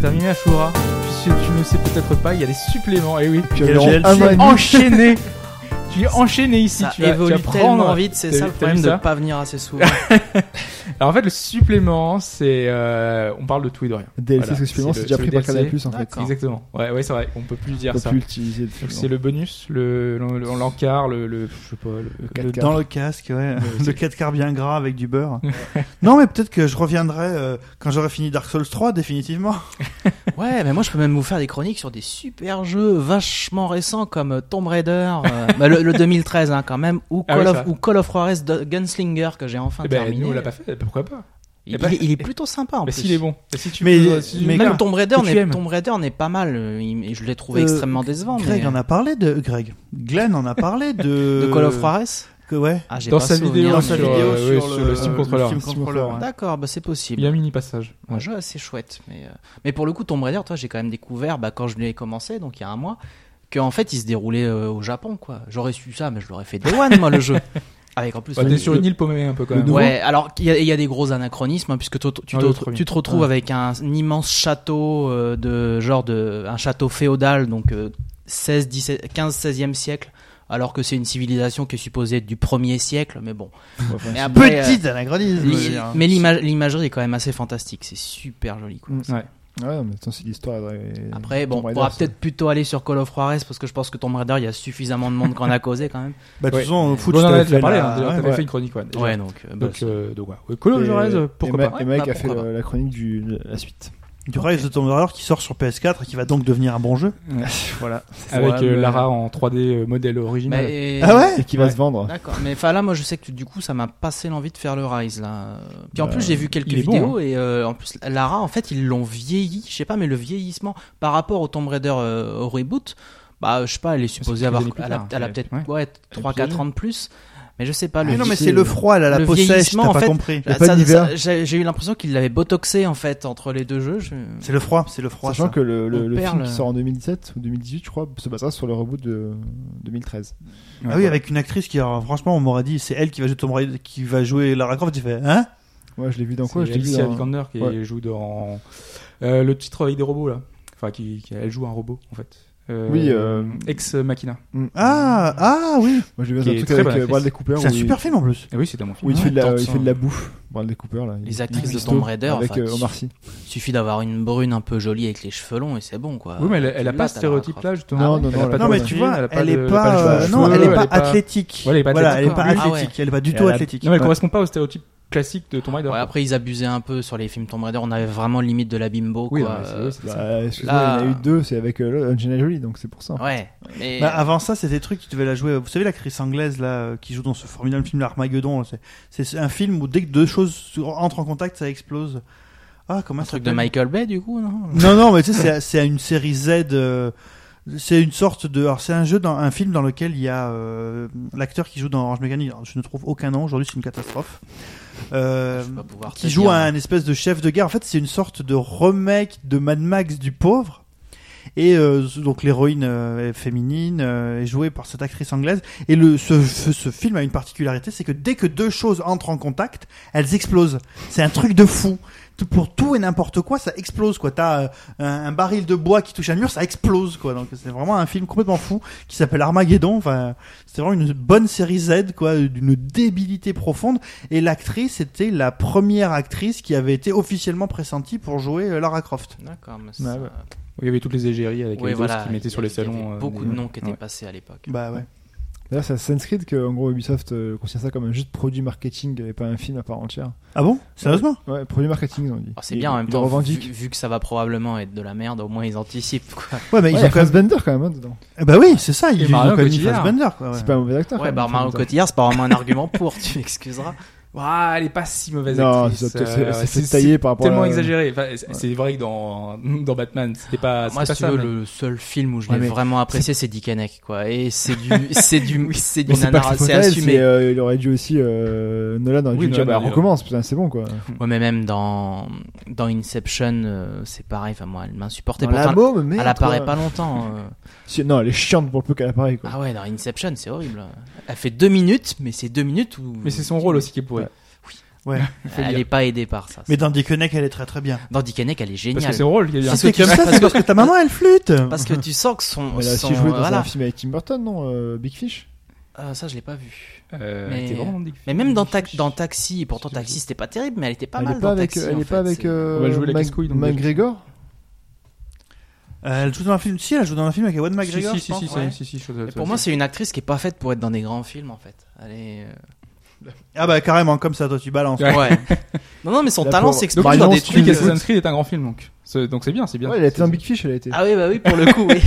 terminé Ashura. Si tu ne sais peut-être pas, il y a des suppléments. Et oui, Puis tu environ es un mois et demi. enchaîné. tu es enchaîné ici. Ça tu vas, tu évolue vas prendre- tellement vite, c'est T'as vu- ça le t'as problème vu de ça ne pas venir assez souvent. Alors en fait, le supplément, c'est euh, on parle de tout et de rien. DLC, Voilà, ce supplément, c'est c'est le- déjà c'est pris le par DLC. Canal Plus en fait. D'accord. Exactement. Ouais, ouais, c'est vrai. On peut plus On dire peut ça. plus l'utiliser. depuis Donc longtemps. c'est le bonus, le le- le- l'encart, le, le, je sais pas, le, quatre le- quarts. Dans le casque, ouais. Ouais, le 4 quarts bien gras avec du beurre. non, mais peut-être que je reviendrai euh, quand j'aurai fini Dark Souls 3, définitivement. ouais, mais moi je peux même vous faire des chroniques sur des super jeux vachement récents comme euh, Tomb Raider, euh, bah, le, le 2013 hein, quand même, ou Ah Call, ouais, of, c'est vrai. ou Call of Juarez de- Gunslinger que j'ai enfin Eh ben, terminé. nous on l'a pas fait. Pourquoi pas il, Eh ben, il est- il est plutôt sympa en Mais plus. s'il est bon. Et si tu Mais- peux- si tu mais peux- Même Tomb Raider, que tu n'est, aimes. Tomb Raider n'est pas mal. euh, il- Je l'ai trouvé Euh, extrêmement décevant. Greg mais... euh, en a parlé de. Greg. Glenn en a parlé de. De Call of Juarez Que, ouais. Ah, j'ai euh, dans pas sa souvenir, vidéo, Dans mais- sa sur, vidéo euh, oui, sur sur le le- Steam le Controller. Steam Steam Controller, Controller. ouais. D'accord, bah c'est Il y a possible. un mini passage. Un Ouais. jeu assez chouette. Mais, euh, mais pour le coup, Tomb Raider, toi, j'ai quand même découvert, bah, quand je l'ai commencé, donc il y a un mois, qu'en fait, il se déroulait euh, au Japon, quoi. J'aurais su ça, mais je l'aurais fait day one, moi, le jeu. Avec en plus. Bah, le- T'es sur une île paumée un peu quand le même. nouveau- Ouais, alors il y, a- il y a des gros anachronismes hein, puisque to- tu, Ah, te- le premier. tu te retrouves Ouais. avec un, immense château euh, de genre de un château féodal donc euh, 16 17 15 16e siècle alors que c'est une civilisation qui est supposée être du 1er siècle mais bon. Mais après, euh, Petite anachronisme. je veux l'i- hein. dire. mais l'ima- l'imagerie est quand même assez fantastique, c'est super joli quoi. Mm. Ouais, mais attends, c'est l'histoire. est- Après, bon, Tomb on Raider, pourra c'est- peut-être plutôt aller sur Call of Juarez parce que je pense que Tomb Raider, il y a suffisamment de monde qu'on a causé quand même. Bah, de toute Ouais. façon, Bon, Foot, on en je a t'avais déjà fait parlé, la- hein, déjà, ouais, t'avais ouais. fait une chronique. Ouais, déjà. Ouais, donc, euh, bah, Donc, c'est- euh, donc, ouais. Ouais, Call of Juarez, euh, pourquoi et Ma- pas Et Mike bah, a fait pourquoi le- la chronique du la suite. Du Rise de Tomb Raider qui sort sur PS4 et qui va donc devenir un bon jeu. voilà. Avec euh, Ouais, Lara en 3D euh, modèle original. Mais- Ah ouais Et qui va se vendre. D'accord, mais enfin là, moi je sais que du coup ça m'a passé l'envie de faire le Rise là. Puis en Bah, plus j'ai vu quelques il est bon, vidéos et euh, en plus Lara en fait ils l'ont vieilli, je sais pas, mais le vieillissement par rapport au Tomb Raider euh, au reboot, bah je sais pas, elle est supposée quelques avoir, années plus elle a, tard, elle a c'est- peut-être ouais. ouais, 3-4 ans de plus, mais je sais pas. Le Ah non, vie- mais c'est le froid, elle a la le peau sèche, vieillissement, t'as en pas fait, compris. y a ça- pas ça- d'hiver. ça- J'ai j'ai eu l'impression qu'ils l'avaient botoxé en fait entre les deux jeux. je- C'est le froid, c'est le froid. Sachant ça. que le, le- On le film perd qui le- sort en 2017 ou 2018, je crois, se basera sur le reboot de 2013. Ah oui, avec une actrice qui, alors, franchement, on m'aurait dit, c'est elle qui va jouer Tomb Raider, qui va jouer Lara Croft. J'ai fait, hein Ouais, je l'ai vu dans C'est quoi Je l'ai vu Alicia dans. Vikander qui Ouais. joue dans euh, le titre avec des robots là. Enfin, qui, qui- elle joue un robot en fait. Euh, Oui, euh, Ex Machina. Ah, ah oui, Moi, j'ai vu Qui dans un est truc très avec bonne euh, Bradley actrice. Cooper. c'est un où il- super film en plus. Ah oui, c'était mon film. Où il fait de la, Attends, il ça. fait de la bouffe. Bradley Cooper là. Les Il- actrices il- de il- Tomb Raider, avec enfin, euh, qui- Omar Sy. Suffit d'avoir une brune un peu jolie avec les cheveux longs et c'est bon quoi. Oui, mais elle, elle a Tu pas l'as, ce t'as stéréotype là Lara Croft. justement. Ah ouais. Non, non, Elle a non, pas non, de mais tu machine, vois, a elle de- est a de pas, euh, cheveux, non, elle est pas athlète. athlétique. Ouais, elle est pas Voilà, elle athlétique. est pas Ah ouais. athlétique. Elle est pas du Elle tout a- athlétique. Non, mais elle Ouais. correspond pas au stéréotype classique de Tomb Raider. Ouais, après, ils abusaient un peu sur les films Tomb Raider. On avait vraiment limite de la bimbo. Oui, quoi. non, mais c'est- oui, c'est ça. Bah, excuse-moi, il y en a eu deux, c'est avec euh, Angelina Jolie, donc c'est pour ça. ouais. Mais Bah, avant ça, c'était des trucs qui devaient la jouer. Vous savez, l'actrice anglaise là, euh, qui joue dans ce formidable film L'Armageddon, c'est- c'est un film où dès que deux choses se- entrent en contact, ça explose. Ah, comment un ça truc de s'appelle Michael Bay, du coup, non Non, non, mais tu sais, c'est- c'est une série Z. euh, c'est une sorte de. alors, C'est un jeu, dans, un film dans lequel il y a euh, l'acteur qui joue dans Orange Mécanique. Alors, Je ne trouve aucun nom aujourd'hui, c'est une catastrophe. Euh, Je vais pas pouvoir te qui joue dire, un mais- espèce de chef de guerre. En fait, c'est une sorte de remake de Mad Max du pauvre. Et euh, donc l'héroïne euh, est féminine euh, est jouée par cette actrice anglaise. Et le, ce, ce, ce film a une particularité, c'est que dès que deux choses entrent en contact, elles explosent. C'est un truc de fou. Tout- Pour tout et n'importe quoi, ça explose quoi. T'as euh, un, un baril de bois qui touche un mur, ça explose quoi. Donc c'est vraiment un film complètement fou qui s'appelle Armageddon. Enfin, c'était vraiment une bonne série Z quoi, d'une débilité profonde. Et l'actrice était la première actrice qui avait été officiellement pressentie pour jouer euh, Lara Croft. D'accord, mais Ouais, ça- ouais. Il y avait toutes les égéries avec Ouais, les voilà, qui mettaient il y sur les avait- il y avait salons. euh, Beaucoup des- de noms qui étaient Ouais. passés à l'époque. Bah ouais. D'ailleurs, c'est Assassin's Creed que, en gros, Ubisoft euh, considère ça comme un juste produit marketing et pas un film à part entière. Ah bon Sérieusement Ouais, produit marketing, ils ont dit. Oh, c'est bien en même ils temps. le Vu, revendiquent. vu que ça va probablement être de la merde, au moins ils anticipent. Ouais, Quoi. mais Ouais, ils il ont y a quand même. Fassbender quand même hein, dedans. Eh Bah oui, c'est ça. Et Ils ils ont Marion quand même mis Cotillard. Fassbender, quoi. ouais. C'est pas un mauvais acteur. Ouais, quand bah même, Mario Fassbender. Cotillard, c'est pas vraiment un argument pour, tu m'excuseras. Ah, Ouah, elle est pas si mauvaise Non, actrice. c'est c'est- euh, c'est c'est- fait tailler par rapport tellement à- exagéré. Enfin, c'est c'est vrai que dans, dans Batman, c'était pas, Moi, c'était si pas tu ça. veux, mais- le seul film où je Ouais, l'ai mais vraiment apprécié, c'est Dick and Egg, quoi. Et c'est du, c'est du, c'est du Mais c'est pas que nanar, c'est faute c'est à elle, assumé. c'est, euh, il aurait dû aussi euh, Nolan aurait Oui, dû dire Nolan, bah il- recommence putain c'est bon quoi. Ouais, mais même dans, dans Inception, euh, c'est pareil. Enfin, moi, elle m'insupportait. Dans la Pourtant, môme, merde, elle apparaît quoi. pas longtemps. euh. Si- Non elle est chiante pour le peu qu'elle apparaît quoi. Ah ouais, dans Inception, c'est horrible. Elle fait deux minutes, mais c'est deux minutes où. Mais c'est son rôle aussi qui est pourri. Ouais. Ouais. Elle n'est pas aidée par ça. Mais dans Disconnect, elle est très très bien. Dans Dick Henneck, elle est Parce que géniale. c'est drôle. Il y a Si un Parce c'est que tu- comme ça, c'est parce que ta maman elle flûte. Parce que tu sens que son. Elle a son- aussi joué dans voilà. un film avec Tim Burton, non euh, Big Fish Euh, ça, je l'ai pas vu. Euh, Mais- t'es vraiment dit- Mais même dans, Ta- dans Taxi, et pourtant C'est- Taxi, c'était pas terrible, mais elle était pas Elle mal est dans pas avec, Taxi. elle en est fait. pas avec C'est- euh, On va jouer la Mac- casse-couille, donc, Mac déjà. Gregor Euh, elle joue dans un film. Si, elle joue dans un film avec Ewan Si, McGregor. si, je si, pense. si, ouais. si, si, si, je- Mais pour ça- moi, ça- c'est une actrice qui est pas faite pour être dans des grands films, en fait. Elle est. euh, Ah bah carrément comme ça, toi tu balances. Ouais. Ouais. non, non, mais son La talent pauvre. Donc, s'exprime Par tu dans exemple, des dis trucs. que euh, Assassin's Creed est un grand film, donc. C'est- Donc c'est bien, c'est bien. Ouais, elle a été C'est- dans Big Fish, elle a été. Ah oui, bah oui, pour le coup, oui.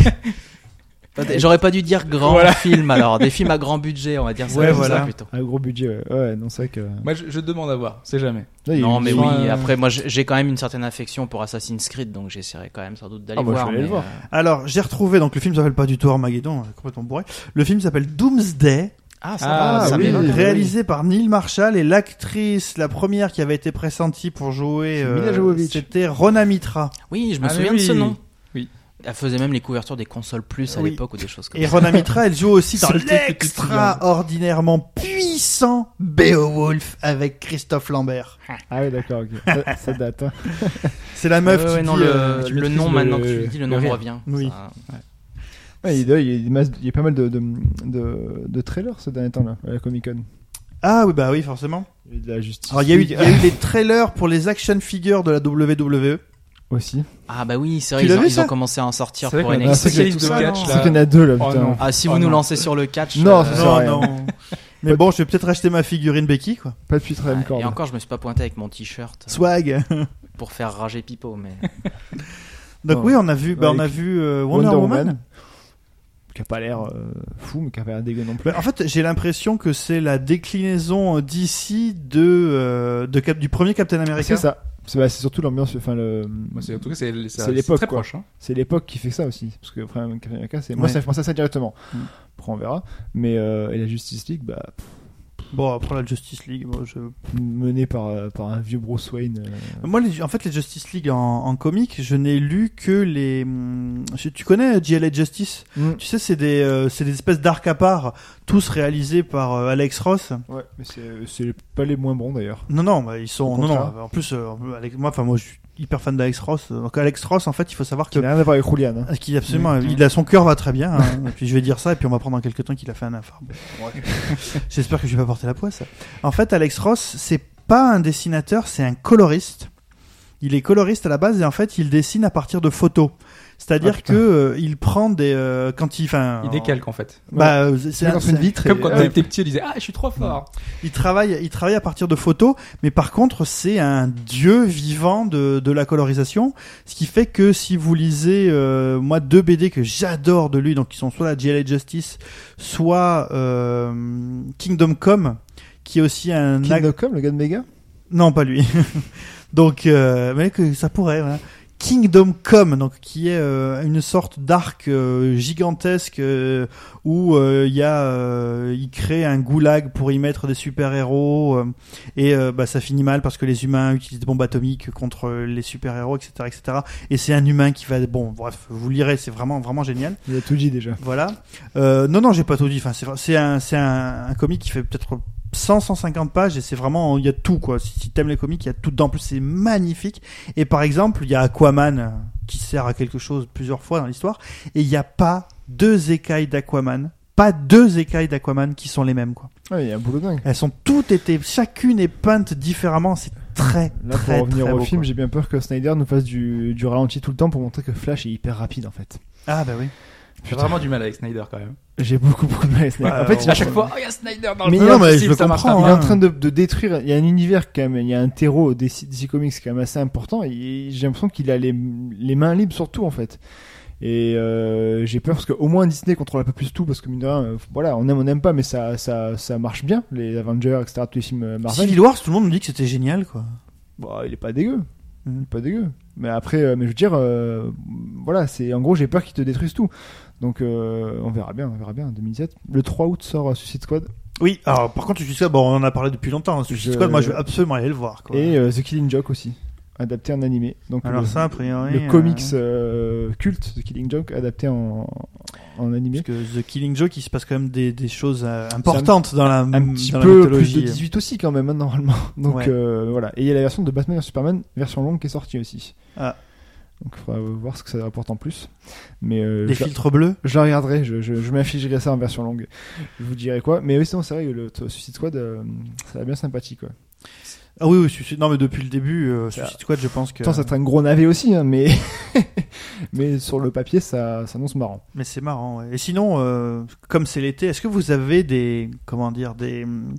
J'aurais pas dû dire grand Voilà. film alors, des films à grand budget, on va dire ça, Ouais, comme voilà. ça plutôt. Un gros budget, ouais. Ouais, non, c'est vrai que. Moi, je, je demande à voir, c'est jamais. Là, il y a Non, eu- mais sont, oui, euh, après, moi j'ai j'ai quand même une certaine affection pour Assassin's Creed, donc j'essaierai quand même sans doute d'aller Ah, moi, je voir. vais aller le mais, voir. euh, Alors j'ai retrouvé donc le film s'appelle pas du tout Armageddon, euh, complètement bourré. Le film s'appelle Doomsday. Ah, ça Ah, va, ça oui. m'évoque. m'évoque, réalisé par Neil Marshall et l'actrice, la première qui avait été pressentie pour jouer, euh, C'est Mila Jovovich. c'était Rona Mitra. Oui, je me Ah, mais souviens de ce oui. nom. Oui. Elle faisait même les couvertures des consoles plus à Oui. l'époque ou des choses comme Et ça. Rona Mitra, elle joue aussi dans C'est le truc que tu te l'extraordinairement puissant Beowulf avec Christophe Lambert. Ah ouais, d'accord, ok. Ça, ça date. hein. C'est la Ouais, meuf ouais, qui non, dit, le, euh, tu le maîtrises nom le- maintenant que tu le dis, le le nom rire. revient. Oui. Ça- Ouais, il, y a, il y a des masses- il y a pas mal de, de, de, de trailers ces derniers temps, là, à la Comic Con. Ah oui, bah oui, forcément. Il y a eu de la justice. Alors il y a eu, il League y a eu des trailers pour les action figures de la E. WWE. Aussi. Ah bah oui, c'est Tu vrai, ils, l'as ont, vu, ils ça ont commencé à en sortir C'est vrai pour qu'on a Ah, NXT. c'est qu'il y a Tout tout ça, ça, non. C'est qu'il y en a deux, là, Oh putain. non. Ah si Oh vous nous non. lancez sur le catch. euh, Non, ça sert Non, à rien. non. Mais bon, je vais peut-être acheter ma figurine Becky, quoi. Pas de suite à Ah, la Et encore, je me suis pas pointé avec mon t-shirt Swag. pour faire rager Pipo, mais Donc Non. oui, on a vu, bah, Ouais, on a avec vu euh, Wonder, Woman. Qui a pas l'air euh, fou, mais qui a pas l'air dégueu non plus. Bah, en fait, j'ai l'impression que c'est la déclinaison euh, d'ici de, euh, de Cap, du premier Captain America. C'est ça. C'est bah, c'est surtout l'ambiance. Enfin, le... Moi, c'est- en tout cas, c'est ça- C'est l'époque, très quoi. proche. hein. c'est l'époque qui fait ça aussi. Parce que enfin, Captain America, c'est. Moi, Ouais. ça, je pensais à ça directement. Mm. Après, on verra. Mais euh, et la Justice League, bah, pff, Bon, après la Justice League, bon, je... menée par, euh, par un vieux Bruce Wayne. euh, moi, les- en fait, les Justice League en, en comique, je n'ai lu que les. hum, je- Tu connais GLA Justice Mm. Tu sais, c'est des, euh, c'est des espèces d'arcs à part, tous réalisés par euh, Alex Ross. Ouais, mais c'est c'est pas les moins bons d'ailleurs. Non, non, bah, ils sont. Au Non, non. contraire. En plus, euh, Alex- moi, enfin, moi, je suis hyper fan d'Alex Ross. Donc, Alex Ross, en fait, il faut savoir Qui que n'a rien à voir avec Julian. hein. Qui absolument, il a son cœur va très bien. hein. Et puis je vais dire ça et puis on va prendre dans quelques temps qu'il a fait un infarct. Bon, ouais. J'espère que je vais pas porter la poisse. En fait, Alex Ross, c'est pas un dessinateur, c'est un coloriste. Il est coloriste à la base et en fait, il dessine à partir de photos. C'est-à-dire que Ah, putain. euh, il prend des euh, quand il, enfin, Il décale. décalque, en fait. Bah, euh, c'est un- Comme sur une c'est- vitre. Comme et- quand Ah. ouais. on était petit, il disait Ah, je suis trop fort. il travaille, il travaille à partir de photos, mais par contre, c'est un dieu vivant de, de la colorisation. Ce qui fait que si vous lisez, euh, moi, deux BD que j'adore de lui, donc qui sont soit la GLA Justice, soit euh, Kingdom Come, qui est aussi un Kid acte- Nocom, le gars de Mega non, pas lui. donc, euh, mais que ça pourrait. Voilà. Kingdom Come, donc qui est euh, une sorte d'arc euh, gigantesque euh, où euh, il y a, euh, il crée un goulag pour y mettre des super héros et euh, bah, ça finit mal parce que les humains utilisent des bombes atomiques contre les super héros, etc., etc. Et c'est un humain qui va, bon, bref, vous lirez, c'est vraiment, vraiment génial. Il a tout dit déjà. Voilà. Euh, non, non, j'ai pas tout dit. Enfin, c'est vrai- c'est un, c'est un, un comic qui fait peut-être 100, 150 pages et c'est vraiment, il y a tout quoi. Si, si t'aimes les comics, il y a tout dedans. En plus, c'est magnifique. Et par exemple, il y a Aquaman euh, qui sert à quelque chose plusieurs fois dans l'histoire et il n'y a pas deux écailles d'Aquaman, pas deux écailles d'Aquaman qui sont les mêmes quoi. Ouais, il y a un boulot dingue. Elles sont toutes été, chacune est peinte différemment. C'est très, Là, pour très, revenir très au beau, film, quoi. j'ai bien peur que Snyder nous fasse du, du ralenti tout le temps pour montrer que Flash est hyper rapide en fait. Ah bah oui. J'ai vraiment du mal avec Snyder quand même. J'ai beaucoup, beaucoup de mal avec Snyder. Bah, en fait, il À est- chaque fois, oh, il y a Snyder dans Mais le non, film, mais si, je le ça marche comprends, pas. il est en hein. train de, de détruire. Il y a un univers quand même, il y a un terreau DC, DC Comics quand même assez important et j'ai l'impression qu'il a les, les mains libres sur tout en fait. Et euh, j'ai peur parce qu'au moins Disney contrôle un peu plus tout parce que mine de rien, euh, voilà, on aime, on n'aime pas, mais ça, ça, ça marche bien. Les Avengers, etc., tous les films euh, Marvel. Civil Wars, tout le monde me dit que c'était génial quoi. Bah, il est pas dégueu. Mhm. Il est pas dégueu. Mais après, euh, mais je veux dire, euh, voilà, c'est en gros, j'ai peur qu'ils te détruisent tout. Donc, euh, on verra bien, on verra bien. 2017. Le 3 août sort euh, Suicide Squad Oui, alors par contre, Suicide Squad, bon, on en a parlé depuis longtemps. hein, Suicide Je- Squad, moi, je veux absolument aller le voir. Quoi. et euh, The Killing Joke aussi, adapté en animé. Donc, alors le, ça, a priori, le euh, comics euh, culte The Killing Joke adapté en, en animé. Parce que The Killing Joke, il se passe quand même des, des choses euh, importantes dans la, Un petit dans la peu plus de mythologie. euh. 18 aussi quand même hein, normalement. Donc Ouais. euh, voilà. Et il y a la version de Batman vs Superman version longue qui est sortie aussi. Ah. Donc il faudra voir ce que ça rapporte en plus. Mais euh, Des je- filtres bleus. Je la regarderai, je, je, je m'afficherai ça en version longue. Je vous dirai quoi. Mais oui, sinon, c'est vrai que le t- Suicide Squad, euh, ça a bien sympathique. Quoi. Ah oui, oui, Suicide- non mais depuis le début, euh, Suicide Squad, je pense que. Pourtant, ça traîne gros navet aussi, hein, mais... mais sur le papier, ça, ça annonce marrant. Mais c'est marrant. ouais. Et sinon, euh, comme c'est l'été, est-ce que vous avez des comment dire des hum,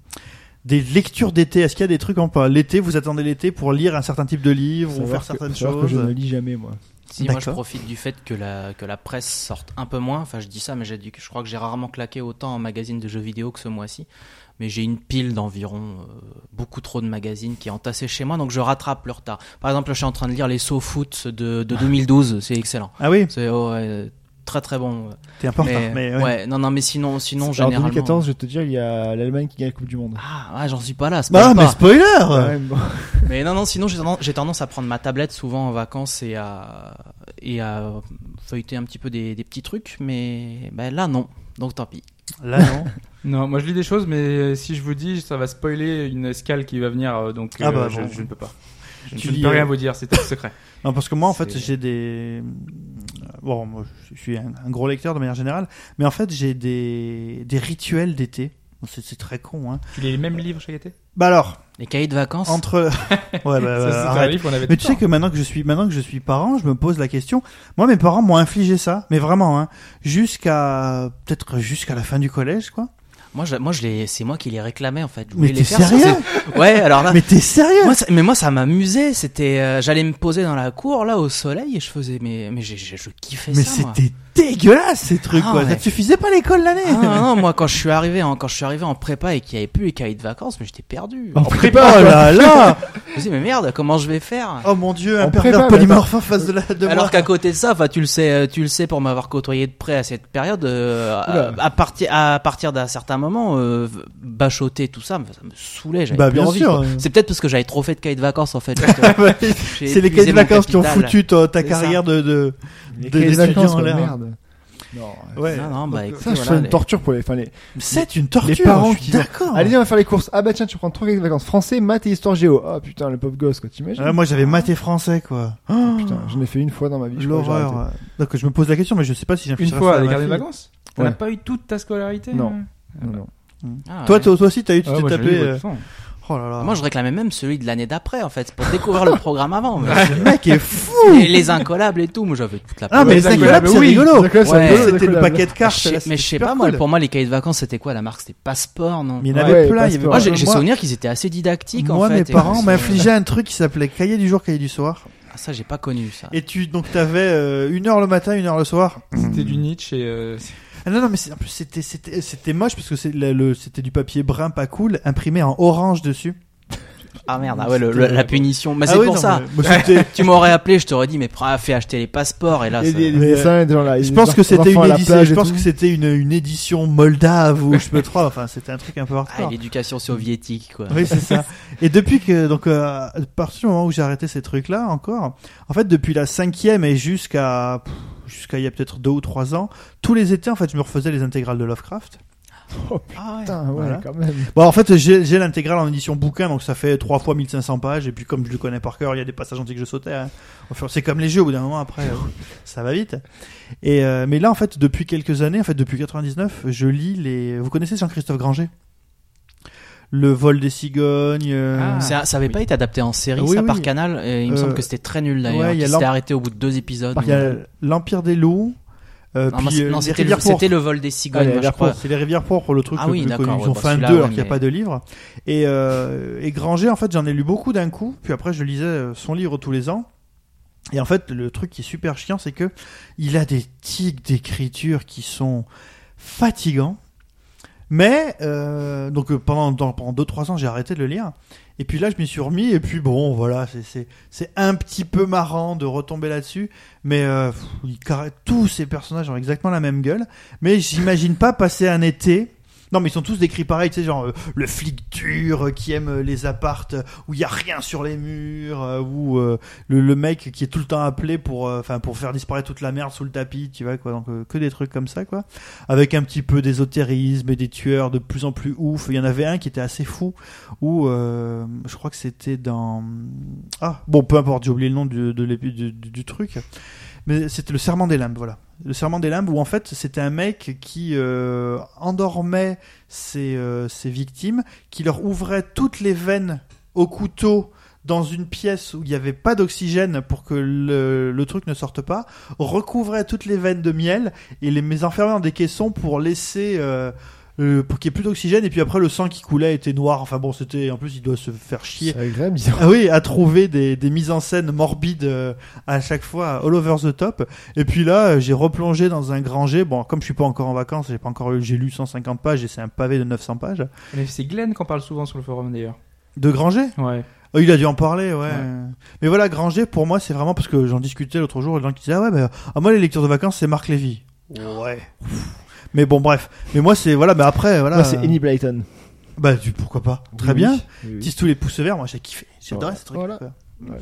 des lectures d'été Est-ce qu'il y a des trucs en l'été Vous attendez l'été pour lire un certain type de livre Faut ou savoir faire que- certaines faut savoir que choses je ne lis jamais, moi. Si moi je D'accord. profite du fait que la, que la presse sorte un peu moins, enfin je dis ça, mais j'ai dû- je crois que j'ai rarement claqué autant en magazine de jeux vidéo que ce mois-ci. Mais j'ai une pile d'environ euh, beaucoup trop de magazines qui est entassée chez moi, donc je rattrape le retard. Par exemple, je suis en train de lire les So Foot de, de 2012, c'est excellent. Ah oui, C'est oh, ouais, très très bon. t'es important. mais, Mais, ouais. ouais. non, non, mais sinon, sinon Alors, généralement. 2014, je vais te dire, il y a l'Allemagne qui gagne la Coupe du Monde. Ah Ah, ouais, j'en suis pas là. c'est Bah, pas- mais pas. spoiler Ouais, bon. Oh, Mais non, non, sinon j'ai tendance, j'ai tendance à prendre ma tablette souvent en vacances et à, et à feuilleter un petit peu des, des petits trucs, mais ben là non, donc tant pis. Là non. Non, moi je lis des choses, mais euh, si je vous dis, ça va spoiler une escale qui va venir, euh, donc Ah euh, bah, je, bon. je ne peux pas. Je, Tu je ne lis, peux rien euh, vous dire, c'est un secret. Non, parce que moi, en fait, C'est- j'ai des. Bon, moi, je suis un, un gros lecteur de manière générale, mais en fait, j'ai des, des rituels d'été. C'est c'est très con, hein. Tu lis les mêmes livres chaque été Bah alors, Les cahiers de vacances. entre. ouais, bah, bah, Ça, c'est un arrête. livre qu'on avait Mais tout tu sais le que maintenant que je suis maintenant que je suis parent, je me pose la question. Moi, mes parents m'ont infligé ça, mais vraiment, hein, jusqu'à peut-être jusqu'à la fin du collège, quoi. Moi, je, moi, je les, c'est moi qui les réclamais en fait. Je voulais Mais les t'es faire. ça, sérieux c'est- Ouais, alors là. Mais t'es sérieux Moi, ça- mais moi, ça m'amusait. C'était, euh, j'allais me poser dans la cour là au soleil et je faisais, mais, mais j'ai- j'ai- je kiffais Mais ça. moi. c'était dégueulasse ces trucs, Ah, quoi. ouais. Ça te suffisait pas à l'école l'année. Ah, non, non, moi, quand je suis arrivé en, quand je suis arrivé en prépa et qu'il n'y avait plus les cahiers de vacances, mais j'étais perdu. En Oh prépa, là. là là Je me disais, mais merde, comment je vais faire Oh mon dieu, un En pervers prépa, polymorphe en face de la de Alors moi. qu'à côté de ça, enfin, tu le sais, euh, tu le sais pour m'avoir côtoyé de près à cette période, euh, à, Oula. à partir à partir d'un certain moment, euh, bachoter tout ça, ça me saoulait. j'avais Bah plus bien envie, sûr. Bah, quoi. C'est peut-être parce que j'avais trop fait de cahiers de vacances en fait. justement. J'ai C'est les épuisé cahiers de mon vacances qui ont capital. foutu ta, ta C'est ça. carrière de, de- Des Les cahiers de étudiants vacances, en quoi, l'air. Oh, merde. Non, Ouais. Non, non, bah, Donc, écoute, Ça, je voilà, trouve une les- torture pour les... Enfin, les... C'est une torture. Les parents je suis qui- d'accord. Allez, on va faire les courses. Ah bah tiens, tu prends trois cahiers de vacances. Français, maths et histoire géo. Ah putain, le pauvre gosse, quoi, t'imagines Ouais, Ah, moi j'avais mathé français quoi. Oh, Putain, j'en ai fait une fois dans ma vie. je crois que j'ai arrêté. L'horreur. Donc je me pose la question, mais je sais pas si j'ai temps. Une ça fois, à à ma les garder fille. de vacances T'as Ouais. pas eu toute ta scolarité Non. hein Non, non. Ah, Toi, ouais. toi, toi aussi, t'as eu, tu Ah, t'es moi, je tapé. lis, ouais, euh, de toute façon. Oh là là. moi, je réclamais même celui de l'année d'après en fait, pour découvrir le programme avant. mais- le mec est Ah, fou. Et les incollables et tout, moi j'avais toute la. Ah, mais Ouais, les d'accord, incollables, mais c'est oui, rigolo. d'accord, c'est rigolo, Oh, C'était le d'accord. paquet de cartes. Je sais- là, mais c'était je sais super pas, moi, cool. pour moi, les cahiers de vacances, c'était quoi la marque C'était passeport, non Mais il y en Ouais, avait plein. ouais, Il y avait passeport. Moi, j'ai plein. j'ai souvenir qu'ils étaient assez didactiques moi, en fait. mes et parents qu'on- m'infligeaient un truc qui s'appelait cahier du jour, cahier du soir. Ah, Ça, j'ai pas connu ça. Et tu, donc, t'avais euh, une heure le matin, une heure le soir. C'était du Nietzsche et. euh, Ah non, non, mais c'est- en plus, c'était, c'était, c'était moche parce que c'est la- le, c'était du papier brun pas cool, imprimé en orange dessus. Ah merde, ah ouais, le- le- la punition. Mais Ah c'est oui, pour non, ça. mais- mais c'était- Tu m'aurais appelé, je t'aurais dit, mais ah, fais acheter les passeports. Et là, Et ça- des, des Mais, dessins, des gens là. Je des pense que enfants c'était une à la édition, plage je et pense tout. que c'était une, une édition moldave ou je peux trop. Enfin, c'était un truc un peu Ah, hardcore. l'éducation soviétique, quoi. Oui, c'est ça. Et depuis que, donc, euh, à partir du moment où j'ai arrêté ces trucs-là, encore, en fait, depuis la cinquième et jusqu'à, pff, jusqu'à il y a peut-être deux ou trois ans, tous les étés, en fait, je me refaisais les intégrales de Lovecraft. Oh, Ah ouais. Putain, ouais, Voilà. quand même. Bon, en fait, j'ai j'ai l'intégrale en édition bouquin, donc ça fait trois fois 1500 pages, et puis comme je le connais par cœur, il y a des passages entiers que je sautais. hein. Au fur- C'est comme les jeux, au bout d'un moment, après, euh, ça va vite. Et euh, Mais là, en fait, depuis quelques années, en fait, depuis 99, je lis les... Vous connaissez Jean-Christophe Granger Le vol des cigognes... euh, Ah. C'est un- ça avait pas été adapté en série, Oui, ça, oui. par Canal. Et il me Euh, semble que c'était très nul ouais, d'ailleurs. il y qui a s'était l'em- arrêté au bout de deux épisodes. Il y a l'Empire des loups... euh, Non, moi, puis, c'est- euh, non, les c'était le, rivières pourpres. c'était le vol des Ah, cigognes, les moi, je Rivières crois. Pauvres, C'est les rivières pauvres, le truc Ah le oui, plus connu. d'accord, Ils ouais, ont bah, fait un celui-là, 2 ouais, alors qu'il n'y a mais- pas de livre. Et, euh, et Granger, en fait, j'en ai lu beaucoup d'un coup. Puis après, je lisais euh, son livre tous les ans. Et en fait, le truc qui est super chiant, c'est que il a des tics d'écriture qui sont fatigants. Mais euh, donc euh, pendant dans- pendant deux trois ans, j'ai arrêté de le lire. Et puis là, je m'y suis remis. Et puis bon, voilà, c'est c'est c'est un petit peu marrant de retomber là-dessus. Mais euh, pff, il carré- tous ces personnages ont exactement la même gueule. Mais j'imagine pas passer un été Non, mais ils sont tous décrits pareil, tu sais, genre euh, le flic dur euh, qui aime euh, les appartes euh, où il y a rien sur les murs, euh, ou euh, le, le mec qui est tout le temps appelé pour, euh, enfin, pour faire disparaître toute la merde sous le tapis, tu vois quoi. Donc euh, que des trucs comme ça, quoi. Avec un petit peu d'ésotérisme et des tueurs de plus en plus ouf. Il y en avait un qui était assez fou, où euh, je crois que c'était dans ah bon, peu importe, j'ai oublié le nom du, de l'épi- du, du- du truc. Mais c'était le serment des limbes, voilà. Le serment des limbes, où en fait c'était un mec qui euh, endormait ses, euh, ses victimes, qui leur ouvrait toutes les veines au couteau dans une pièce où il n'y avait pas d'oxygène pour que le, le truc ne sorte pas, recouvrait toutes les veines de miel et les mes enfermait dans des caissons pour laisser euh, euh, pour qu'il n'y ait plus d'oxygène et puis après le sang qui coulait était noir. Enfin bon, c'était en plus il doit se faire chier. C'est agréable, bizarre. Ah oui, à trouver des, des mises en scène morbides euh, à chaque fois, all over the top. Et puis là, euh, j'ai replongé dans un granger. Bon, comme je suis pas encore en vacances, j'ai pas encore eu- j'ai lu 150 pages et c'est un pavé de 900 pages. Mais c'est Glenn qu'on parle souvent sur le forum d'ailleurs. De granger Ouais. Oh, il a dû en parler, ouais. Ouais. Mais voilà, Granger, pour moi, c'est vraiment parce que j'en discutais l'autre jour, et les gens qui disaient, ah ouais, bah, ah, moi, les lectures de vacances, c'est Marc Lévy. Ouais. Mais bon, bref. Mais moi, c'est, voilà, mais après, voilà. Moi, c'est Annie Blyton. Bah, tu, pourquoi pas. Très Oui, bien. oui. Oui, oui. Tisse tous les pouces verts, moi, j'ai kiffé. J'adorais Voilà. ce truc. Voilà. quoi. Ouais.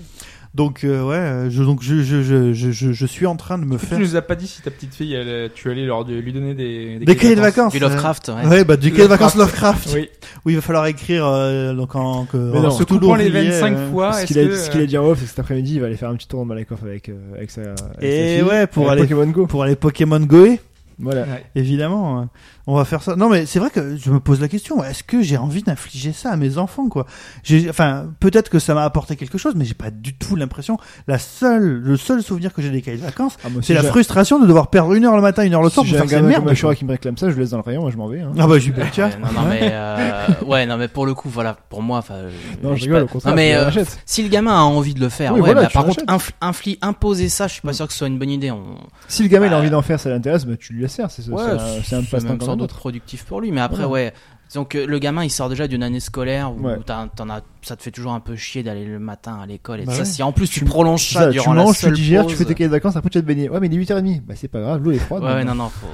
Donc, euh, ouais, euh, je, donc, je, je, je, je, je, je suis en train de me Tu faire. nous as pas dit si ta petite fille, elle, euh, tu allais leur, lui donner des, Des cahiers de vacances. Du Lovecraft, ouais. Ouais, Ouais, bah, du cahier de vacances Lovecraft. Oui. Oui, il va falloir écrire, euh, donc, en, que, Mais en non, se Toulouse, coupant les Rouillet, 25 euh, fois, ce est-ce qu'il a, que... ce qu'il a dit en off, c'est que cet après-midi, il va aller faire un petit tour en Malakoff avec, euh, avec sa. avec sa Et fille, ouais, pour avec aller- Pokémon Go. Pour aller Pokémon Goé. Voilà. Ouais. Évidemment, euh, on va faire ça. Non, mais c'est vrai que je me pose la question. Est-ce que j'ai envie d'infliger ça à mes enfants, quoi J'ai- Enfin, peut-être que ça m'a apporté quelque chose, mais j'ai pas du tout l'impression. La seule, le seul souvenir que j'ai des cahiers de vacances, Ah, moi, si c'est la j'ai- frustration de devoir perdre une heure le matin, une heure le soir si pour j'ai faire un ces gamin merdes. comme Ashura quoi. qui me réclame ça, je le laisse dans le rayon, moi je m'en vais. hein. Ah bah j'ai bien Ouais, non, non, mais euh, ouais, non, mais pour le coup, voilà, pour moi, enfin, je- Non, je je sais rigole, pas. au contraire. Ah, Non, mais, je le euh, rachète. si le gamin a envie de le faire, Oui, ouais, voilà, bah, tu par le contre, infl- infli- imposer ça, Mm. je suis pas sûr que ce soit une bonne idée. On... Si le gamin il a bah, envie d'en faire, ça l'intéresse, bah, tu lui laisses faire. C'est c'est un- c'est un passe-temps même comme un sans doute autre. productif pour lui, mais après, ouais. Donc le gamin, il sort déjà d'une année scolaire où Ouais. t'as- t'en as, ça te fait toujours un peu chier d'aller le matin à l'école et Bah tout ça. ouais. Si en plus tu prolonges ça, Ça, tu durant la manges, tu seule digères, pause, tu fais tes cahiers de vacances, après tu vas te baigner. Ouais, mais il est 8h30. Bah, c'est pas grave, l'eau est froide. Ouais, ouais, donc- non, non, faut.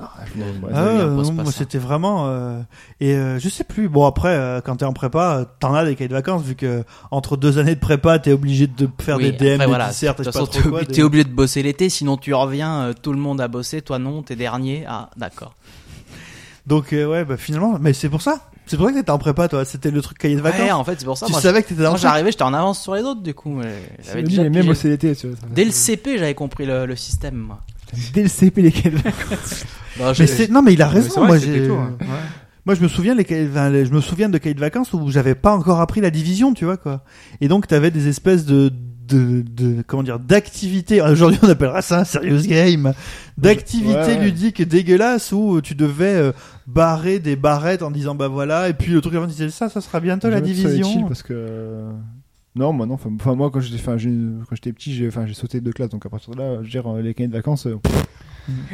Ah, je- ouais, Ah, lui euh, impose non, pas moi ça. c'était vraiment euh, et euh, je sais plus bon après euh, quand t'es en prépa euh, t'en as des cahiers de vacances vu que entre deux années de prépa t'es obligé de faire Oui, des DM après, des voilà, dissertes, de je toute sais façon, pas t'es trop quoi, obli- des- t'es obligé de bosser l'été, sinon tu reviens, euh, tout le monde a bossé, toi non, t'es dernier. Ah, d'accord. donc euh, ouais bah finalement mais c'est pour ça c'est pour ça que t'étais en prépa toi c'était le truc cahier de vacances Ouais, en fait, c'est pour ça. tu moi, savais que t'étais dans Quand le j'arrivais, j'étais en avance sur les autres, du coup. mais c'est j'avais le déjà même pigé. au CDT, tu vois. ça- Dès le CP, j'avais compris le, le système. moi. Bah, Dès le CP, les cahiers de vacances. Non, Mais j'ai- c'est non mais il a raison. Mais c'est vrai, moi c'est j'ai- plutôt, hein. moi je me souviens les, cahiers- enfin, les- je me souviens de cahiers de vacances où j'avais pas encore appris la division, tu vois quoi. Et donc t'avais des espèces de de, de comment dire d'activités Ah, aujourd'hui on appellera ça un serious game d'activités Ouais, ouais. ludiques dégueulasses où tu devais euh, barrer des barrettes en disant bah voilà et puis le truc avant disait ça ça sera bientôt la Jamais tout ça n'est chill division parce que euh, non moi non enfin enfin, moi quand j'étais enfin, j'ai- quand j'étais petit j'ai enfin j'ai sauté de classe donc à partir de là je gère les cahiers de vacances euh, pff,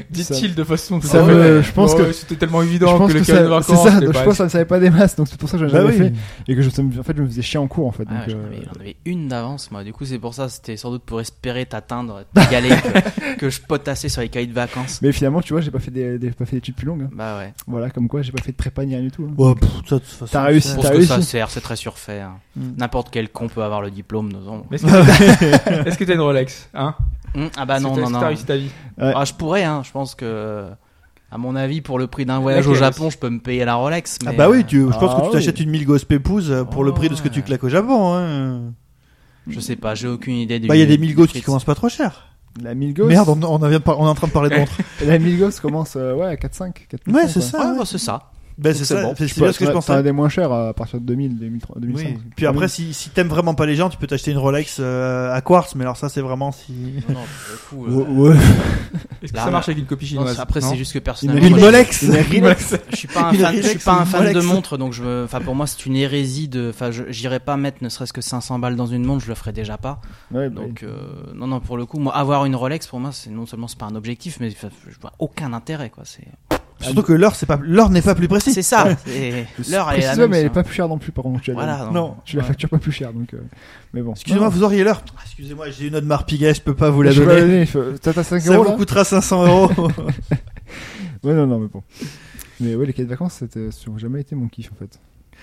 Dit-il de façon... ça Ah me- ouais. je pense Oh, que- ouais, C'était tellement je évident pense que le que cahier de ça- c'est vacances... ça c'était donc je pas- pense que ça ne savait pas des masses donc c'est pour ça que j'en Bah avais oui. fait et que je en fait je me faisais chier en cours en fait Ouais, donc Ah, j'en euh, avais- j'en avais une d'avance, moi. Du coup, c'est pour ça, c'était sans doute pour espérer t'atteindre, t'égaler, que, que je potassais sur les cahiers de vacances. mais finalement tu vois j'ai pas fait des, des- pas fait d'études plus longues hein. Bah ouais. voilà comme quoi j'ai pas fait de prépa ni rien du tout hein. Ouais, Bah, pff, ça, de toute façon, T'as réussi. c'est- Pour T'as ce que ça réussi. sert, c'est très surfait. hein. Mm. N'importe quel con peut avoir le diplôme, non Mais Est-ce que t'as- est-ce que t'as une Rolex hein Hum, Ah bah Est-ce non, que t'as- non, non. Est-ce que t'as réussi ta vie Ah, je pourrais, hein. Je pense que, à mon avis, pour le prix d'un voyage au Laquelle Japon, je peux me payer la Rolex. Ah mais, bah euh, oui, tu, je pense Ah que tu oui. t'achètes une mille gosse pépouse euh, pour le prix de ce que tu Ouais. claques au Japon. Hein. Je sais pas, j'ai aucune idée du. Bah il y a des mille gosses du prix qui de- commencent pas trop cher. la Milgos Merde, on, on, en vient de par- on est en train de parler de montres. la Milgos commence euh, ouais à 4 5 4 ouais, c'est ça. Ouais, ouais. bah, c'est ça. Bah, c'est c'est ça. bon. C'est c'est bien ce que je t'en as pensais. des moins chers à partir de 2000 2003 Oui. 2005 Puis après, si, si t'aimes vraiment pas les gens, tu peux t'acheter une Rolex euh, à quartz. Mais alors ça, c'est vraiment si. Non, non, pour le coup, euh, Ouais, ouais. Est-ce que Là, ça marche là. avec une copie non, chinoise après, Non c'est juste que personnellement. Une moi, Rolex. je suis pas un Une fan, je Rolex suis pas ou un une fan de Rolex. montres, donc je me, enfin pour moi c'est une hérésie de, enfin je- j'irai pas mettre ne serait-ce que 500 balles dans une montre, je le ferai déjà pas. Ouais, bah, Donc euh, non non pour le coup, moi avoir une Rolex pour moi c'est non seulement c'est pas un objectif, mais enfin, je vois aucun intérêt quoi. C'est, Surtout que l'heure, c'est pas l'heure n'est pas plus précise. c'est ça. c'est- L'heure elle est la précise, même. mais elle est ça. pas plus chère non plus par contre tu la donnes. Voilà. Non. Tu la Ouais. factures pas plus cher, donc. euh, Mais bon. Excusez-moi, Non, vous auriez l'heure. Ah, Excusez-moi, j'ai une autre marpiguet, je peux pas vous la non, je peux la donner. donner. je- T'as t'as 5 Ça euros vous là coûtera 500 euros. Ouais, non, non, mais bon. Mais ouais, les cahiers de vacances, c'était- ça n'a jamais été mon kiff en fait.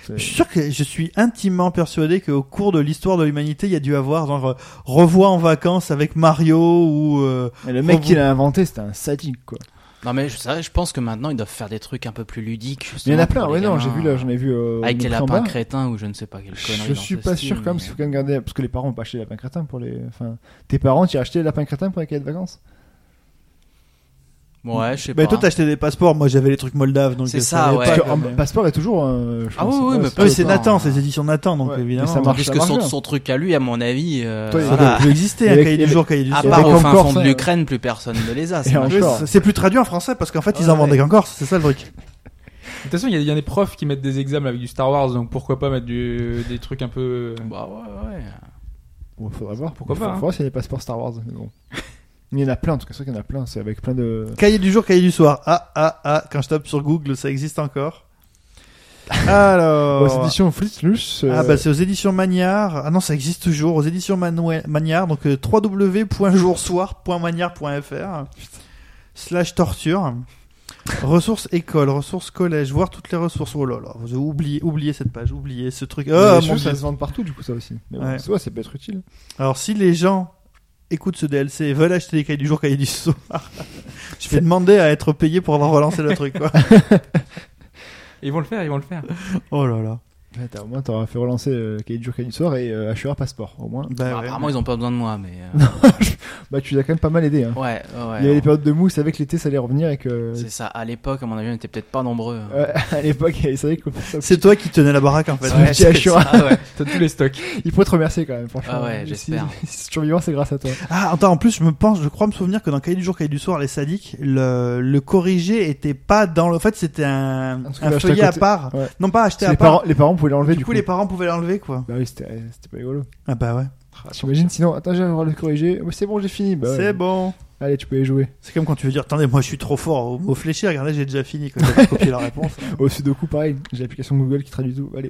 C'est- Je suis sûr que je suis intimement persuadé qu'au cours de l'histoire de l'humanité, il y a dû avoir genre euh, revois en vacances avec Mario ou euh, Et le mec Revo- qui l'a inventé, c'était un sadique quoi. Non, mais je, c'est vrai, je pense que maintenant, ils doivent faire des trucs un peu plus ludiques. Mais il y en justement, a plein, pour ouais, les non, gamins. j'ai vu là, j'en ai vu. Ah, euh, Avec au les Luxembourg. lapins crétins ou je ne sais pas quelle connerie. Je dans suis ce pas style, sûr quand mais- même, parce qu'il faut quand même garder. Parce que les parents ont pas acheté les lapins crétins pour les. Enfin, tes parents, tu as acheté les lapins crétins pour les cahiers de vacances Ouais, je sais Mais pas. ben, toi, t'as acheté des passeports. Moi, j'avais les trucs moldaves, donc C'est euh, ça, allait ouais. pas. Pas Parce que un passeport est toujours. euh, je Ah pense, oui, oui, ouais, mais c'est- hein. Ah oui, c'est Attends. Nathan, c'est les éditions Nathan, donc Ouais, évidemment. mais ça marche. Tandis que son, bien. son truc à lui, à mon avis, euh, Toi, il Ça voilà. doit plus exister, un Et- cahier et- du jour, cahier du à il y soir. avait part au fin Concorde, fond ça, de ouais. l'Ukraine, plus personne ne les a. c'est Et machin. Oui, encore. c'est- C'est plus traduit en français parce qu'en fait, ils Ouais. en vendaient qu'en Corse. C'est ça le truc. De toute façon, il y, a- il y a des profs qui mettent des examens avec du Star Wars, donc pourquoi pas mettre du, des trucs un peu. Bah ouais, ouais. Bon, faudra voir. Pourquoi pas, Faudra hein. voir s'il y a des passeports Star Wars. Mais bon. Mais il y en a plein, en tout cas, c'est vrai qu'il y en a plein. C'est avec plein de. Cahier du jour, cahier du soir. Ah ah ah. Quand je tape sur Google, ça existe encore. Alors. Ouais, c'est édition euh, Flitlus. Ah bah c'est aux éditions Magnard. Ah non, ça existe toujours aux éditions Manouel- Magnard donc euh, www.joursoir.magnard.fr slash torture. ressources école, ressources collège, voir toutes les ressources. Oh là là, vous oubliez, oubliez cette page, oubliez ce truc. Ah, mon Dieu. ça se vend partout, du coup, ça aussi. Mais bon, Ouais. c'est ouais, ça peut être utile. Alors si les gens écoutent ce DLC et veulent acheter les cahiers du jour, cahiers du soir, je vais demander à être payé pour avoir relancé le truc quoi. Ils vont le faire, ils vont le faire. Oh là là. Ouais, t'as- au moins, t'auras fait relancer euh, cahier du jour, cahier du soir et euh, HEA passeport. Au moins, Bah, Bah, ouais. apparemment, ils ont pas besoin de moi, mais. euh, bah tu les as quand même pas mal aidé. Hein. ouais, ouais, ouais. Il y avait les périodes de mousse avec l'été, ça allait revenir et que. C'est ça. À l'époque, à mon avis, on était peut-être pas nombreux. hein. Ouais, à l'époque, il savait qu'on C'est toi qui tenais la baraque en fait. Ouais. petit c'est Ashura. ça, ouais. T'as tous les stocks. Il pourrait te remercier quand même, franchement. Ah ouais, Si- j'espère. Si, si tu es vivant, c'est grâce à toi. Ah, attends, en plus, je me pense, je crois me souvenir que dans Cahiers du jour, Cahiers du soir, les sadiques, le, le corrigé était pas dans le. En fait, c'était un, Un truc un acheté feuillet à à côté. part. Ouais. Non, pas acheté Parce à que Les part. parents, les parents pouvaient l'enlever du, coup, les parents pouvaient l'enlever, quoi. Bah oui, c'était c'était pas rigolo. Ah, bah ouais. T'imagines sinon, attends, j'ai le droit de le corriger. Ouais, c'est bon, j'ai fini. Bah, c'est ouais. bon. Allez, tu peux y jouer. C'est comme quand tu veux dire, attendez, moi, je suis trop fort au mot fléché, regardez, j'ai déjà fini. Quand t'as copié la réponse. Au Sudoku, pareil, j'ai l'application Google qui traduit tout. Allez.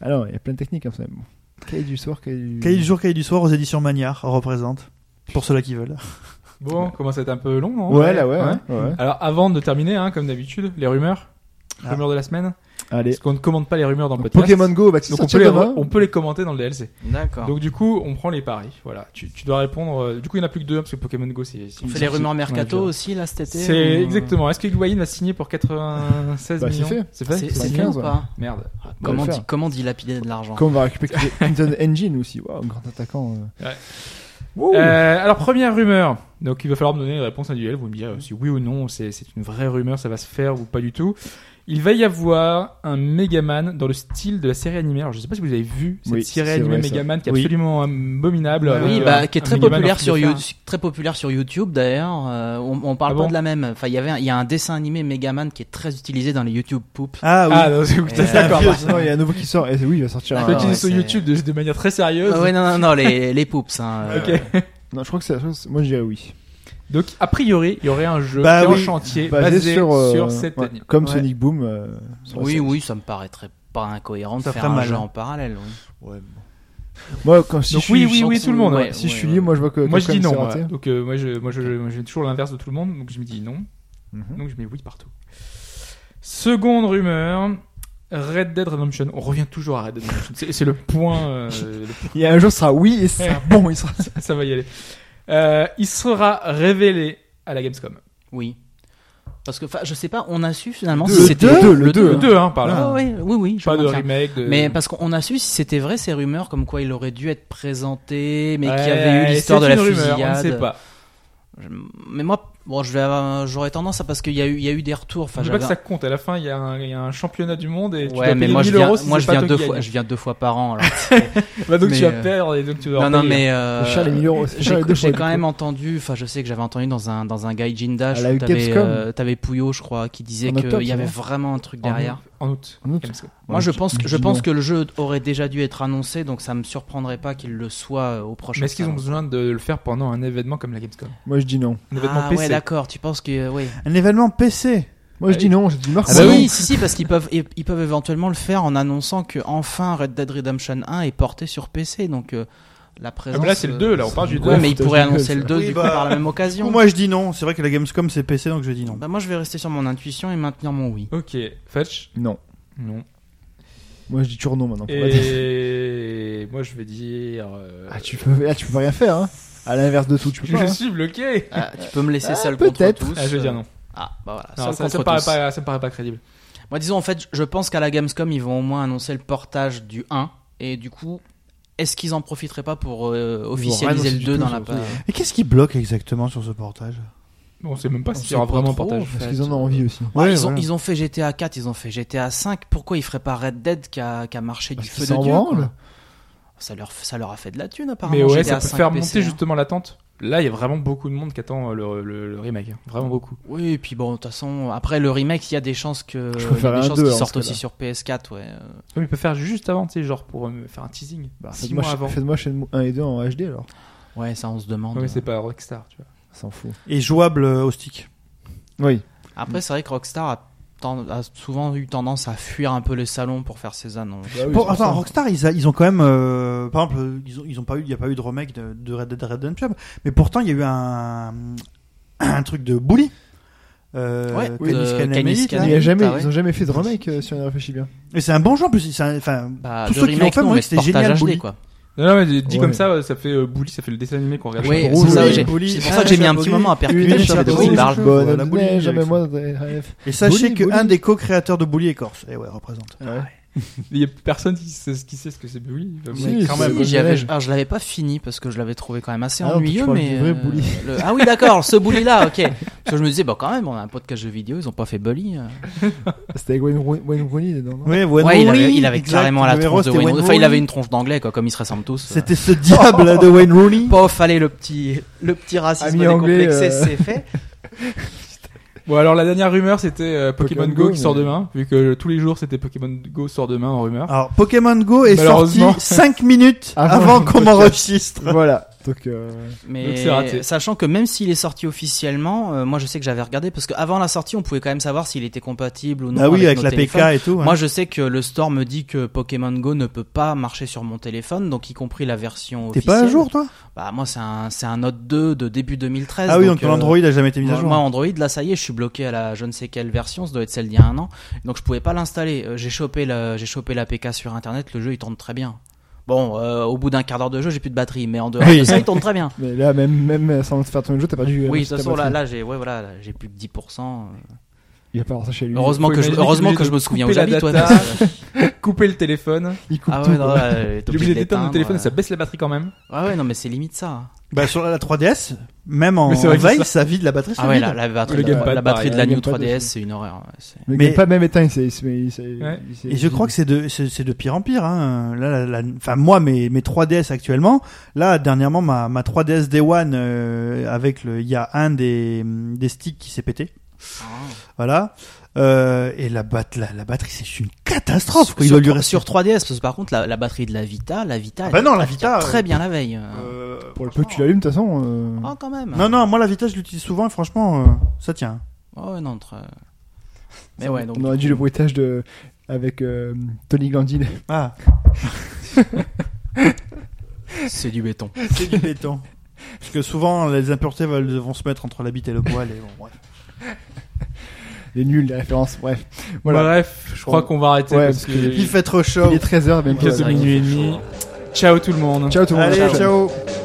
Alors, il y a plein de techniques hein, comme ça. Bon. Cahier du soir, cahier du. Cahiers du jour, Cahiers du soir aux éditions Magnard représente. Pour ceux-là qui veulent. Bon, commence à être un peu long, non Hein Ouais, là, ouais. ouais. ouais. Alors, avant de terminer, hein, comme d'habitude, les rumeurs. Ah. Rumeurs de la semaine. Allez. Parce qu'on ne commente pas les rumeurs dans le Donc, podcast. Pokémon Go, bah, tu Donc on peut, les, on peut les commenter dans le DLC. D'accord. Donc du coup, on prend les paris. Voilà, tu, tu dois répondre. euh, Du coup, il n'y en a plus que deux hein, parce que Pokémon Go, c'est. c'est- On fait les rumeurs mercato Ouais, je- aussi là cet été. C'est ou- exactement. Est-ce que Higuaín va signer pour 96 Bah, c'est millions fait. C'est fait. C'est c'est c'est bien, bien ou ouais. pas Merde. Comment le di- faire. comment dilapider de l'argent Comme on va récupérer Clinton Engine aussi. Waouh, grand attaquant. euh. Ouais. Wow. Euh, alors première rumeur. Donc il va falloir me donner une réponse individuelle. Vous me direz euh, si oui ou non. C'est c'est une vraie rumeur. Ça va se faire ou pas du tout. Il va y avoir un Megaman dans le style de la série animée. Alors je sais pas si vous avez vu cette Oui, série c'est animée vrai, ça. Megaman qui est Oui. absolument abominable. Oui, Euh, bah, qui est un très Megaman en populaire, train sur de faire- You- très populaire sur YouTube d'ailleurs. Euh, on, on parle Ah pas bon de la même. Enfin, il y avait, un- il y a un dessin animé Megaman qui est très utilisé dans les YouTube poops. Ah oui. Ah, non, c'est- Euh, d'accord. vieux, Non, il y a un nouveau qui sort. Et oui, il va sortir. Ah, Ceux un- qui ouais, sont sur c'est- YouTube de, de manière très sérieuse. Ah ouais, non, non, non, les, les poops. Hein, euh, Ok. Non, je crois que c'est la chose. Moi, je dirais oui. Donc, a priori, il y aurait un jeu Bah qui est en oui, chantier basé, sur, euh, cette ouais, année. Comme Ouais. Sonic Boom. euh, sur la Oui, scène. oui, ça me paraîtrait pas incohérent de Ça faire ferait un mal, jeu hein. en parallèle. oui. Moi, quand si Donc je suis, oui, oui, je oui, sens tout le que- monde. ouais. si je suis lié, moi je vois que. Moi, je Capcom dis non. s'est raté. voilà. Donc, euh, moi, je, moi, je, moi, j'ai toujours l'inverse de tout le monde. Donc, je me dis non. Mhm. Donc, je mets oui partout. Seconde rumeur. Red Dead Redemption. On revient toujours à Red Dead Redemption. C'est c'est le point. euh, le point- Il y a un jour, ce sera oui et ce sera bon. Il sera. ça va y aller. Euh, il sera révélé à la Gamescom. Oui. Parce que, enfin, je sais pas, on a su finalement Le si c'était. deux, le deux, Le 2, hein, par là. Ah, ouais, oui, oui, je Pas de Ah. maintiens. remake. De... Mais parce qu'on a su si c'était vrai ces rumeurs, comme quoi il aurait dû être présenté, mais qu'il y Ouais, avait eu l'histoire de c'est la une rumeur, fusillade. On ne sait pas. Je- Mais moi, bon, je vais, avoir- j'aurais tendance à parce qu'il y a eu, il y a eu des retours. Enfin, je veux pas j'avais que ça compte. À la fin, il y, a un- il y a un championnat du monde et tu dois Ouais, mais payer moi je 1000 viens, euros si moi c'est je pas viens toi deux qui gagne. fois, je viens deux fois par an. Alors. Bah, donc mais, tu vas euh, perdre et donc tu vas. non, non, repayer. mais euh, C'est cher, les 1000 euros, c'est cher, les deux j'ai, j'ai fois, quand du même entendu. Enfin, je sais que j'avais entendu dans un dans un Gaijin Dash, À la où t'avais, Gamescom. euh, t'avais Pouillot, je crois, qui disait En octobre, qu'il y avait c'est vraiment un truc En août- derrière. En août. En août. Gamescom. Moi, je pense, que, je dis pense non. que le jeu aurait déjà dû être annoncé, donc ça me surprendrait pas qu'il le soit euh, au prochain. Mais est-ce qu'ils ont salon. besoin de le faire pendant un événement comme la Gamescom Moi, je dis non. Un événement ah ouais, PC. d'accord. Tu penses que euh, oui. Un événement PC. Moi, je Ah, dis oui. non. Je dis Ah merci. bah non. oui, si, si, parce qu'ils peuvent, ils ils peuvent éventuellement le faire en annonçant que enfin Red Dead Redemption 1 est porté sur PC. Donc, euh, la Ah, présence. mais là, c'est le euh, 2, là, on parle du 2. Ouais, mais il pourrait Google, annoncer le ça. 2 Oui, du bah, coup par la même occasion. Moi, je dis non. C'est vrai que la Gamescom, c'est PC, donc je dis non. Bah, moi, je vais rester sur mon intuition et maintenir mon oui. Ok, Fetch Non. Non. Moi, je dis toujours non maintenant. pour la tête. Et moi, je vais dire. euh, Ah, tu peux, ah, tu peux rien faire, hein. À l'inverse de tout, tu peux Je pas. hein. suis bloqué Ah, tu peux me laisser Ah, seul contre peut-être. tous. Ah, je vais dire non. Ah, bah voilà, Non, seul ça, ça, me contre paraît tous. pas, ça me paraît pas crédible. Moi, disons, en fait, je pense qu'à la Gamescom, ils vont au moins annoncer le portage du 1. Et du coup, est-ce qu'ils en profiteraient pas pour euh, officialiser annoncer le du 2 tout, dans la surtout. pa- Mais qu'est-ce qui bloque exactement sur ce portage On sait même pas On s'il sait y aura pas vraiment trop, portage. en Parce fait. qu'ils en ont envie aussi. Ouais, Ouais, Ah, ils, ont, voilà. ils ont fait GTA 4, ils ont fait GTA 5. Pourquoi ils feraient pas Red Dead qui a, qui a marché Parce du qu'ils feu de s'en Dieu branlent. quoi. ça leur, ça leur a fait de la thune, apparemment. Mais ouais, ça GTA peut 5 faire PC, monter hein. justement l'attente. Là, il y a vraiment beaucoup de monde qui attend euh, le, le- le remake. hein. Vraiment beaucoup. Oui, et puis bon, de toute façon, après le remake, il y a des chances que Je il y a préfère des un chances deux, hein, qu'ils en sortent ce aussi cas-là. sur PS4, ouais. euh, Ouais, mais il peut faire juste avant, tu sais, genre pour euh, faire un teasing. Bah, six faites-moi mois ch- avant. Faites-moi chaîne 1 et 2 en HD alors. Ouais, ça on se demande. euh. Ouais, mais c'est pas Rockstar, tu vois. S'en fout. Et jouable euh, au stick. Oui. Après, c'est vrai que Rockstar a, ten- a souvent eu tendance à fuir un peu les salons pour faire ses annonces. Bah Bon, attends, Rockstar, ils, a- ils ont quand même, euh, par exemple, euh, ils ont, ils ont pas eu, il n'y a pas eu de remake de, de Red Dead Redemption, mais pourtant il y a eu un, un truc de Bully. Euh, Ouais, Kainis de Kanemei, là. Kainis Il y a Kanemei. jamais, Ah ouais. Ils ont jamais fait de remake euh, si on y réfléchit bien. Et c'est un bon jeu en plus. c'est un- Enfin, Bah, Tous de ceux qui l'ont remake, fait, non, moi, mais c'était de portage génial, HD, Bully. quoi. Non, non, mais dit dit Ouais. comme ça, euh, ça fait euh, Bully, ça fait le dessin animé qu'on regarde. Oui, chaque c'est jour. ça, Bully, j'ai- Bully. c'est pour ça que j'ai mis un petit moment à percuter. Une je savais de échappe quoi il aux parle. échecs. Bonne Voilà, année, Bully, jamais Jackson. moi dans les rêves. et sachez Bully, que Bully. un des co-créateurs de Bully est corse. Et ouais, représente. Ouais. Il y a personne qui sait, qui sait ce que c'est Bully. Enfin, Si, mais si, quand si. même. Si, j'y Bonne avais- neige. alors, je l'avais pas fini parce que je l'avais trouvé quand même assez Ah, donc, tu ennuyeux, parles mais du vrai euh, Bully. le- ah oui, d'accord, ce bully là, ok. Parce que je me disais, bah quand même, on a un podcast jeux vidéo, ils ont pas fait bully. euh. C'était avec Wayne Rooney- Wayne Rooney dedans. non Ouais, Ouais, Wayne il avait, Rooney, il avait exact, carrément le héros, la tronche de c'était Wayne Rooney. Enfin, il Rooney. avait une tronche d'anglais, quoi, comme ils se ressemblent tous. euh. C'était ce diable de Wayne Rooney. Pof, allez, le petit, le petit racisme Ami anglais, décomplexé, euh. c'est fait. Bon, alors la dernière rumeur, c'était euh, Pokémon, Pokémon Go, Go, qui sort mais- demain. Vu que euh, tous les jours, c'était Pokémon Go sort demain en rumeur. Alors, Pokémon Go est sorti Malheureusement. 5 minutes Avant avant le qu'on podcast. enregistre. Voilà. Donc, euh, Donc, Mais c'est raté. sachant que même s'il est sorti officiellement, euh, moi je sais que j'avais regardé parce qu'avant la sortie, on pouvait quand même savoir s'il était compatible ou non. Ah oui, avec nos la téléphones. PK et tout. hein. Moi je sais que le store me dit que Pokémon Go ne peut pas marcher sur mon téléphone, donc y compris la version T'es officielle. pas à jour, toi Bah moi c'est un c'est un Note 2 de début 2013. Ah oui, donc ton euh, Android a jamais été mis à moi, jour. hein. moi, Android, là, ça y est, je suis bloqué à la je ne sais quelle version, ça doit être celle d'il y a un an. Donc je pouvais pas l'installer. Euh, J'ai chopé la, j'ai chopé l'APK sur internet, le jeu il tourne très bien. Bon, euh, au bout d'un quart d'heure de jeu, j'ai plus de batterie, mais en dehors Oui. de ça, il tourne très bien. mais là, même, même sans faire ton jeu, t'as perdu. euh, Oui, de la toute petite façon, là, batterie. là j'ai ouais, voilà, là, j'ai plus que 10%. euh. Il va pas avoir ça chez lui. Heureusement, faut que je, imaginer heureusement qu'il est que je me obligé de souviens où couper la j'habite. ouais, data. parce que- Couper le téléphone. Il coupe ah tout. ouais, non, quoi. là, euh, t'es J'ai obligé obligé Ah. de d'éteindre le téléphone, l'éteindre, ça baisse la batterie quand même. euh. Ouais, ouais, non, mais c'est limite ça. Bah sur la 3DS, même en Mais c'est vrai que veille, ça- ça... vide la batterie. Ah ouais, la, la batterie, Le de- gamepad, la batterie pareil, de la le New gamepad 3DS, aussi. c'est une horreur. ouais, c'est- Mais, Mais- mais pas même éteint, il s'est- il s'est- il s'est- Ouais. il s'est- Et je crois que c'est de, c'est c'est de pire en pire. Hein. Là, la- la- enfin moi, mes, mes 3DS actuellement, là dernièrement ma, ma 3DS Day One euh, avec le, il y a un des, des sticks qui s'est pété. Voilà. Euh, et la, bat, la, la batterie, c'est une catastrophe. Quoi. Il sur, doit lui rester. sur 3DS, parce que par contre, la, la batterie de la Vita, la Vita, Ah bah elle non, la tient Vita. très euh, bien la veille. euh. euh, Pour le peu que tu l'allumes, de toute façon. euh, Ah, quand même. Non non, moi la Vita, je l'utilise souvent et franchement, euh, ça tient. Ah ouais, non, très- Mais ouais, donc. On aurait dû le bruitage de. Avec euh, Tony Glandil. Ah, C'est du béton. c'est du béton. Parce que souvent, les impuretés veulent- vont se mettre entre la bite et le poil. Et bon, bref. Les nuls, les références, bref. Voilà. Bref, je crois qu'on va arrêter Ouais, parce parce que que Il fait trop chaud. Il est 13h, il même est bientôt pas. minuit et demi. Ciao tout le monde. Ciao tout le monde. Allez, à la prochaine. ciao.